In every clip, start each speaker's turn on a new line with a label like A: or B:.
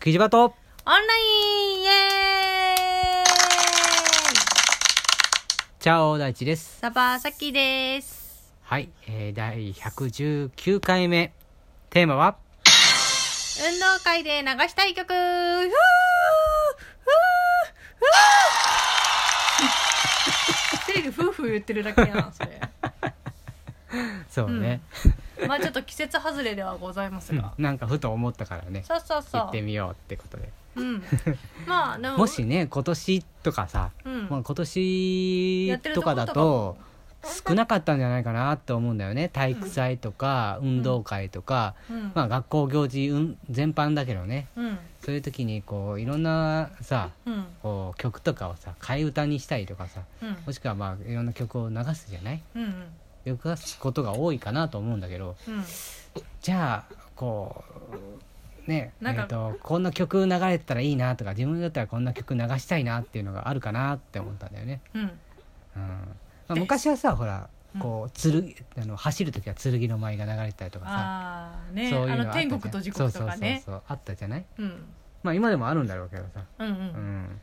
A: キジバト
B: オンラインイエーイ
A: チャオ大地です。
B: サバサキです。
A: はい、えー、第119回目。テーマは
B: 運動会で流したい曲ふうふうふう一人で夫婦言ってるだけ やな、それ。
A: そうね、
B: まあちょっと季節外れではございますが。
A: なんかふと思ったからね。
B: そうそうそ
A: 行っ
B: う
A: て。みようってことで。
B: うん。まあ、でも、
A: もしね、今年とかさ、
B: うん
A: まあ、今年とかだ、
B: やってるとこと
A: 少なかったんじゃないかなと思うんだよね。体育祭とか、運動会とか、
B: うん、
A: まあ学校行事、うん、全般だけどね。
B: うん、
A: そういう時に、こう、いろんなさ、
B: うん、
A: こう曲とかをさ替え歌にしたりとかさ
B: うん、
A: もしくはまあいろんな曲を流すじゃない
B: うん、
A: 流すことが多いかなと思うんだけど
B: うん、
A: じゃあこうねえ
B: なんか
A: ーとこんな曲流れてたらいいなとか自分だったらこんな曲流したいなっていうのがあるかなって思ったんだよね。
B: うん。
A: うんまあ、昔はさほらこうつあの走る時は剣の舞が流れてたりとかさ
B: ああ、ね、
A: そういう
B: あ
A: のあったじ
B: の、
A: ゃ
B: 天
A: ん
B: 国と地獄とかね。
A: そうそうそうそうあったじゃない
B: うん、
A: まあ今でもあるんだろうけどさ
B: うん、うん
A: う。ん、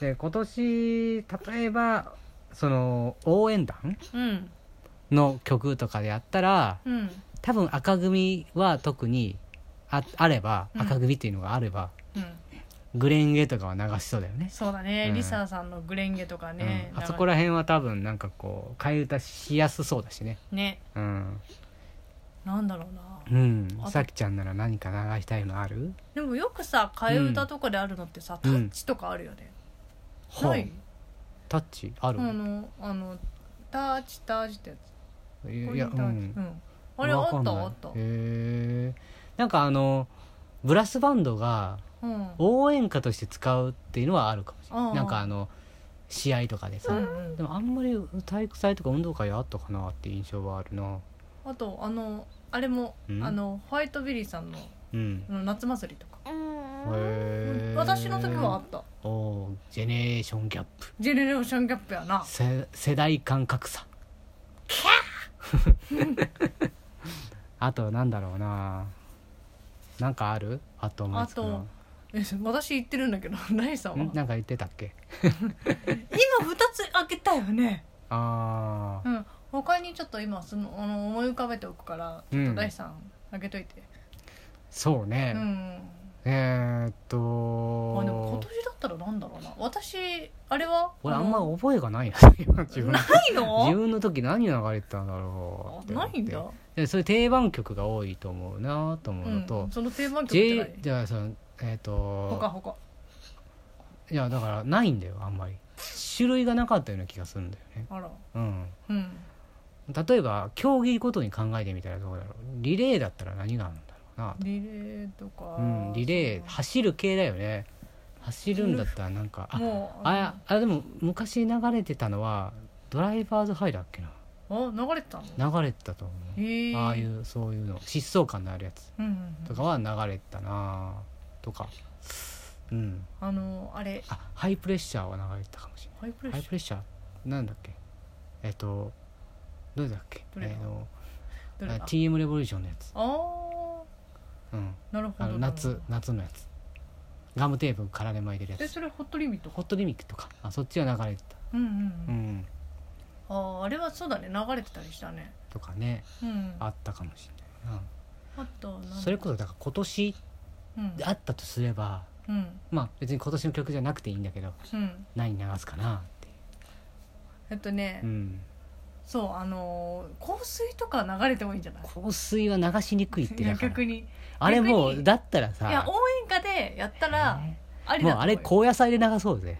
A: で今年例えばその応援団
B: うん
A: の曲とかでやったら
B: うん
A: 多分赤組は特にああれば
B: うん
A: 赤組っていうのがあれば、
B: うん
A: グレンゲとかは流しそうだよね
B: そうだね、
A: うん
B: リサさんの「グレンゲ」とかね、
A: うんあそこら辺は多分なんかこう替え歌しやすそうだしね
B: ね
A: うん、
B: なんだろうな
A: うん
B: あ、と
A: さきちゃんなら何か流したいのある
B: でもよくさ替え歌とかであるのってさ、
A: うん
B: タッチとかあるよね、ない
A: ほうタッチある、
B: あのあのタッチタッチってやつ
A: いや
B: こ
A: うん
B: ううタッチうんあれあ
A: わか
B: っ
A: ん
B: た
A: ない
B: あった
A: へえなんかあのブラスバンドが
B: うん
A: 応援歌として使うっていうのはあるかもしれ
B: あ
A: な
B: あ
A: いなんかあの試合とかでさ、
B: うんうん
A: でもあんまり体育祭とか運動会あったかなって印象はあるな
B: あとあのあれも、
A: うん
B: あのホワイトビリーさんの
A: うん
B: あの夏祭りとか、
A: へー
B: 私の時はあった
A: おージェネレーションギャップ
B: ジェネレーションギャップやな
A: せ世代間格差 あとなんだろうななんかあるあと思いつくの
B: え私言ってるんだけどライさんは
A: んなんか言ってたっけ
B: 今2つ開けたよね
A: ああ
B: うん、他にちょっと今そのあの思い浮かべておくから、
A: うん
B: ちょっと第三あげといて。
A: そう
B: う
A: ね、
B: ん。
A: えーっと
B: あでも今年だったらなんだろうな。私あれは
A: 俺あんま
B: の
A: 覚えがないな今自分の
B: ない
A: 自
B: の？
A: 分の時何流れてたんだろうって思
B: な
A: って
B: いんだ。
A: でそういう定番曲が多いと思うなと思
B: う
A: うのと、
B: ん。その定番曲じゃない
A: J。じゃあそのえーっ
B: 他
A: と
B: 他。
A: いやだからないんだよあんまり種類がなかったような気がするんだよね
B: あら。
A: うん
B: うん。
A: 例えば競技ごとに考えてみたらどうだろうリレーだったら何があるんだろうな
B: リレーとか。
A: うん、リレー走る系だよね走るんだったらなんかあ
B: そうもう
A: ああでも昔流れてたのはドライバーズハイだっけな
B: のあ流れてたの。
A: 流れてたと思
B: へ
A: う
B: ー
A: ああい。うそういうの疾走感のあるやつ
B: うんうんうん
A: とかは流れてたなとかうん
B: あのあれ
A: あハイプレッシャーは流れてたかもしれ
B: ハイプレ
A: ないハイ
B: ッシ
A: プレッシャーなんだっけえっとどれだっけ
B: どれだ
A: えーの
B: ャーどれだ
A: あ TM レボリューションのやつ
B: あー
A: うん
B: なるほ
A: あ
B: ど
A: の夏夏のやつガムテープからで巻いてる
B: え
A: やつ
B: それホットリミットか
A: ホットリミックとかあそっちは流れてた
B: うんうんう
A: うんん
B: あーあれはそうだね流れてたりしたね
A: とかね
B: うん
A: あったかもしれない
B: あと
A: なそれこそだから今年
B: うん
A: あったとすれば
B: うん
A: まあ別に今年の曲じゃなくていいんだけど
B: うん
A: 何流すかなって
B: えっとね、
A: うん
B: そうあのー香水とか流れてもいいんじゃない
A: 香水は流しにくいって
B: い
A: だ
B: や
A: から
B: 逆にい
A: あれも
B: 逆
A: う
B: に
A: だったらさ
B: や応援歌でやったら
A: ね
B: あり
A: もう
B: だと思
A: あれ
B: うよ
A: 高野菜で流そう ぜ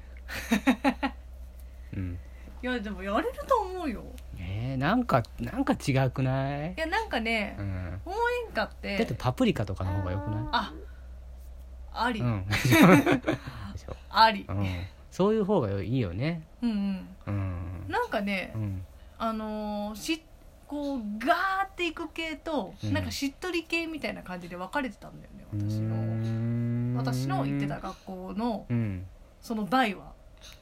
A: うん
B: いやでもやれると思うよ
A: えー、なんかなんか違くない
B: いやなんかね
A: う、ん
B: 応援歌って
A: だってパプリカとかの方がよくな
B: ああり、
A: いうんでしょ
B: あり
A: うんそういう方がいいよね
B: うんうん
A: うん
B: なんかね、
A: うん
B: あのーしこうガーっていく系と、
A: うん
B: なんかしっとり系みたいな感じで分かれてたんだよね
A: う
B: 私の
A: ーん
B: 私の行ってた学校の
A: うん
B: その代は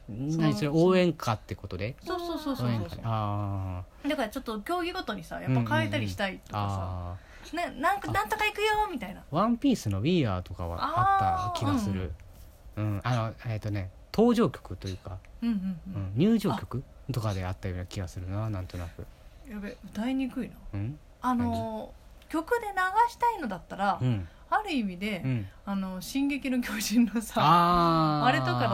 A: 何それ応援歌ってことで
B: そうそうそうそ
A: 応
B: うそ
A: 援
B: う
A: 歌あ
B: だからちょっと競技ごとにさやっぱ変えたりしたいとか
A: あああ
B: ななんかなんとか行くよみたいな
A: ワンピースの「We Are」とかはあった気がするうん、あのえっ、とね登場曲というか、
B: うんうん
A: う
B: うんん、
A: 入場曲とかであったような気がするななんとなく
B: やべ歌いにくいな
A: うん
B: あのー曲で流したいのだったら、
A: うん
B: ある意味で、
A: うん
B: あの「進撃の巨人」のさ
A: あー
B: あれとかだった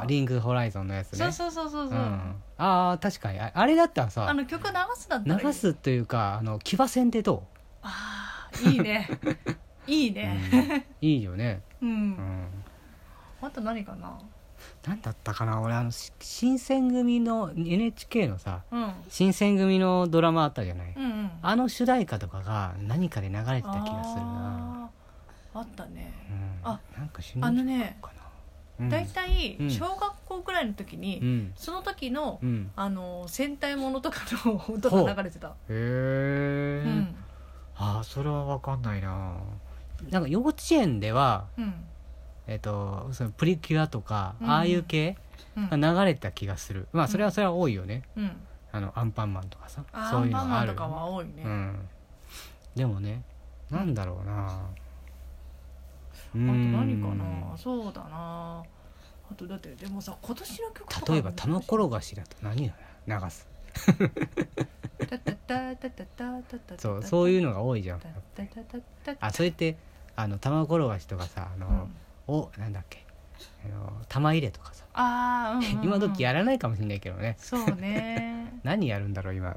B: ら
A: リングホライゾンのやつね
B: そうそうそうそうそう、
A: ん、あー確かにああれだったら
B: あ
A: さ
B: の曲流すだったらいい
A: 流すというかあの騎馬戦でど、
B: あーいいねいいうね
A: うん、いいよね、
B: うん、
A: うん、
B: あと何かな
A: なんだったかな俺あのし新選組の NHK のさ
B: うん
A: 新選組のドラマあったじゃない、
B: うんうん
A: あの主題歌とかが何かで流れてた気がするな、
B: あーあったね
A: うん、
B: あ
A: なんか主
B: あの
A: 題
B: ね
A: 歌かな
B: 大体
A: うん
B: 小学校ぐらいの時に、
A: うん
B: その時の、
A: うん、うん、
B: あの戦隊ものとかの音が流れてた、
A: へえ、
B: うん
A: あーそれは分かんないななんか幼稚園では
B: うん
A: えっ、とそのプリキュアとか、
B: うん
A: ああいう系
B: うん
A: が流れてた気がするまあそれはそれは多いよね、
B: うん
A: あのアンパンマンとかさ
B: あ
A: そうい
B: アン
A: う
B: パン
A: の
B: マ
A: あ
B: ン
A: る
B: とかは多いね、
A: うん、でもねなんだろうなう
B: あと
A: ん
B: 何かなそうだなあとだってでもさ今年の曲とか
A: 例えば玉転がしだと何を流す
B: タタタタタタタタ
A: そうそういううのが多いじゃん
B: タタタタタタ
A: あそれってあの玉転がしとかさあ
B: う
A: の、
B: ん
A: おなんだっけあの玉入れとかさ
B: あーうんうんうん
A: 今時やらないかもしれないけどね
B: そうね
A: 何やるんだろう今、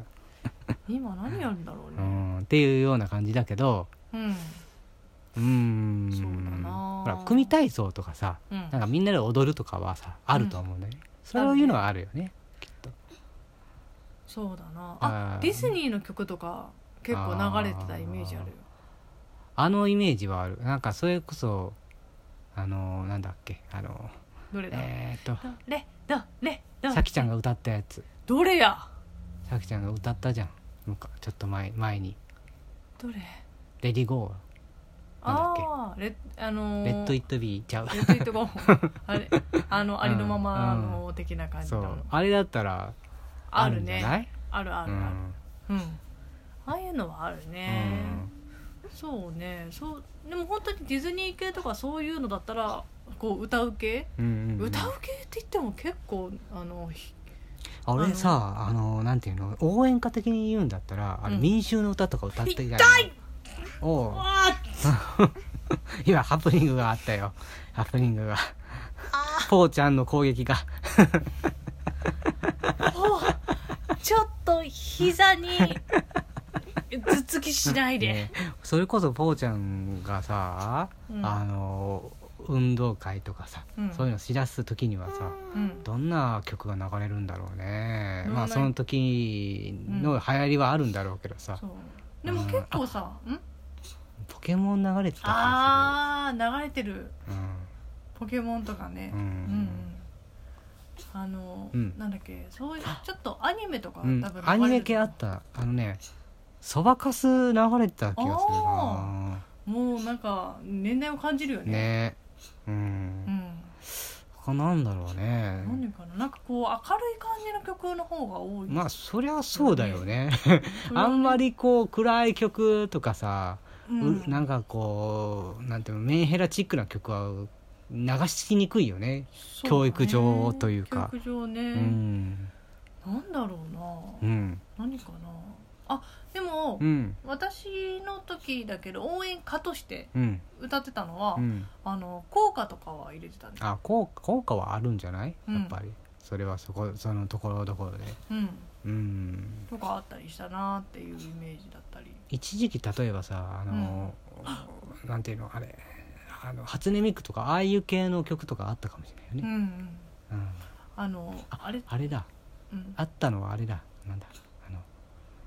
B: 今何やるんだろう
A: う
B: ね
A: ん、っていうような感じだけど
B: うん
A: うーん
B: そうだ
A: ほ
B: な
A: ら組体操とかさ
B: うん
A: なんかみんなで踊るとかはさあると思うんだよね、
B: ん
A: そういうのはあるよね
B: そうだな
A: あ
B: あ
A: ー
B: ディズニーの曲とか結構流れてたイメージあるよ
A: あのイメージはあるなんかそれこそあのなんだっけあの
B: どれだ
A: えー、っ
B: どれどれど
A: とさきちゃんが歌ったやつ
B: どれや
A: さきちゃんが歌ったじゃんなんかちょっと前前に
B: どれ
A: 「レディゴーはなんだっけ
B: ああレあのー
A: レッド・イット・ビー」ちゃう
B: レッドイット ゴーあれあのありのまま
A: うん
B: の的な感じ
A: そ
B: の、
A: うあれだったら
B: あ
A: あ
B: る
A: るんじゃな
B: ね
A: い
B: あるあ
A: う
B: るある
A: ん
B: うん、ああいうのはある
A: う
B: ね、
A: ん
B: そうねそうでも本当にディズニー系とかそういうのだったらこう歌う系、
A: うんうん
B: 歌う系って言っても結構あのひ
A: あ俺さあのなんていうの応援歌的に言うんだったらあれ
B: うん
A: 民衆の歌とか歌ってい
B: 痛
A: た
B: い
A: いおう
B: あ
A: 今ハプニングがあったよハプニングがポーちゃんの攻撃が
B: ーほうちょっと膝に頭突きしないで、
A: ねそれこそポーちゃんがさ、
B: うん
A: あの運動会とかさ、
B: うん
A: そういうの知らす時にはさ
B: うん
A: どんな曲が流れるんだろうね
B: どんな
A: まあその時の流行りはあるんだろうけどさ、
B: そうでも結構さん
A: ポケモン流れてた気が
B: あー流れてる
A: する
B: ポケモンとかね
A: うんう
B: うんんあの、
A: うん
B: なんだっけそういうちょっとアニメとか多
A: う
B: 分
A: ん
B: 流れてる
A: アニメ系あったあのねそばかす流れてた気がするな
B: もうなんか年代を感じるよね
A: ねう
B: うんん
A: 他なんだろうね
B: 何かななんかこう明るい感じの曲の方が多い、
A: まあそりゃそうだよね
B: それは
A: あ
B: ね
A: んま、りこう暗い曲とかさ、
B: う、
A: うんなんかこうなんていうのメンヘラチックな曲は流しにくいよね
B: そうだね
A: 教育上というか
B: 教育上ね、
A: うん
B: なんだろうな、
A: うん
B: 何かなあでも、
A: うん
B: 私の時だけど応援歌として
A: うん
B: 歌ってたのは、
A: うん
B: あの効果とかは入れてたね
A: あ効効果はあるんじゃない
B: うん
A: やっぱり、それはそこそのところどころで
B: うん
A: うん
B: とかあったりしたなっていうイメージだったり
A: 一時期例えばさあの、なんていうのあれあの初音ミクとかああいう系の曲とかあったかもしれないよ
B: うん、う
A: ね、
B: ん、
A: うん、
B: あのあれ
A: あれだ
B: うん
A: あったのはあれだなんだあの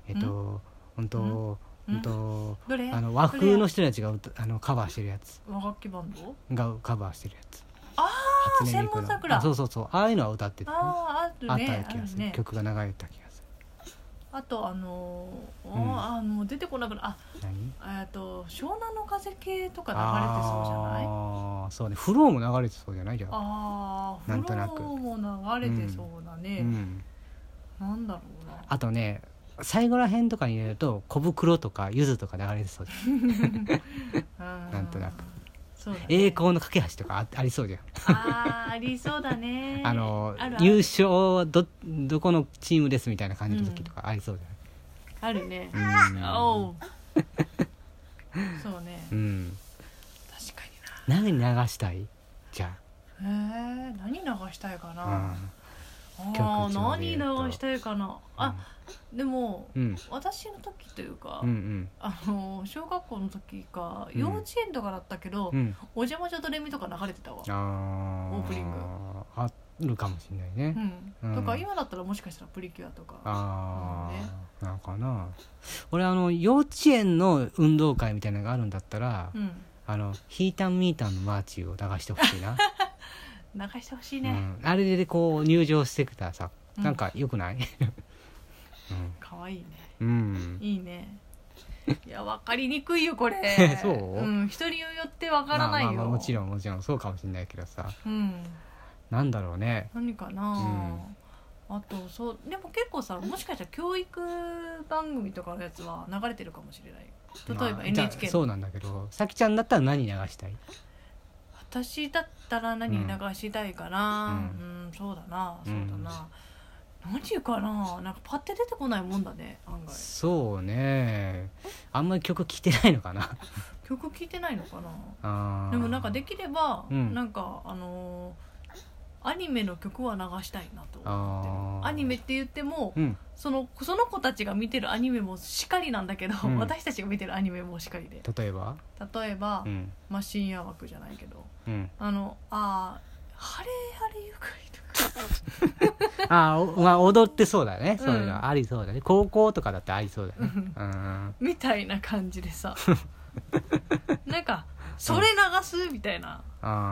A: えっと本当
B: うん
A: 本当
B: どれ
A: あの和風の人たちが歌あのカバーしてるやつ
B: 和楽器バンド
A: がカバーしてるやつ
B: あ
A: 初音ミク
B: 千
A: の
B: 本桜
A: あそうそうそうああいうのは歌ってた、ね、
B: あー
A: あ
B: あ
A: っ
B: るね
A: た
B: あ
A: 気が
B: る
A: する
B: ね
A: 曲が流れてた気がする
B: あとあのーおー
A: うん
B: あーもう出てこなくなあ
A: 何
B: えっと湘南の風系とか流れてそうじゃない
A: ああそうねフローも流れてそうじゃないじゃん
B: ああ
A: なんとなく
B: も流れてそうだ
A: う
B: ね、
A: ん
B: なんだろうな
A: あとね最後らへんとかに入れると小袋とかゆずとか流れてそうじゃん
B: な
A: なんとなく
B: そうだね
A: 栄光の架け橋とかあありそうじゃん
B: あーありそうだね
A: あの
B: ある
A: 優勝はどどこのチームですみたいな感じの時とかありそうじ
B: あるね
A: ゃない、うん
B: お うそうね
A: うん
B: 確か
A: 何流したいじゃ
B: になへえ何流したいか
A: あ、
B: な、
A: 曲
B: あ
A: 一番
B: ー
A: で言
B: 何
A: うと
B: 流したいかなあ、でも、
A: うん、うん
B: 私の時というか、
A: うんうん
B: あの小学校の時か
A: うん
B: 幼稚園とかだったけど、
A: うん
B: お邪魔女ドレミとか流れてたわ、
A: あー
B: オープニング
A: あるかもしれないね、
B: う
A: うん
B: ん、とか今だったらもしかしたらプリキュアとか
A: あ
B: なるほ
A: あ、なんかな俺あの幼稚園の運動会みたいなのがあるんだったら、
B: うん
A: あのヒータンミータンのマーチを流してほしいな、
B: 流してほしいうね、
A: ん、あれでこう入場してきたらさ
B: う
A: なんかよくない
B: かわいいね
A: うん、うん
B: いい ねいや分かりにくいよこれ
A: そう
B: うん、人によって分からない
A: ま
B: よ、
A: あまあまあもちろんもちろんそうかもしれないけどさ
B: うん
A: なんだろうね
B: 何かな、あとそうでも結構さもしかしたら教育番組とかのやつは流れてるかもしれない例
A: ま
B: えば
A: あじゃあ
B: NHK
A: そうなんだけどさきちゃんだったら何流したい
B: 私だったら何流したいか
A: う
B: なうん、そうだな
A: う
B: そ
A: ん
B: うだな、何かななんかパッて出てこないもんだね案外
A: そうねあんまり曲聴いてないのかな
B: 曲聴いてないのかな
A: あー
B: でもなんかできれば、
A: うん
B: なんかあのーアニメの曲は流したいなと思
A: あ
B: って
A: ー
B: るアニメって言っても、
A: うん
B: そのその子たちが見てるアニメもしかりなんだけど、
A: うん
B: 私たちが見てるアニメもしかりで
A: 例えば
B: 例えば、
A: うん
B: まあ、深夜枠じゃないけど
A: うん
B: あのあー晴れ晴れゆかりとか
A: あーおまあ踊ってそうだね、
B: うん
A: そういうのありそうだね高校とかだってありそうだね
B: う
A: う
B: ん
A: ん
B: みた いな感じでさなんかそれ流すみたいな
A: あ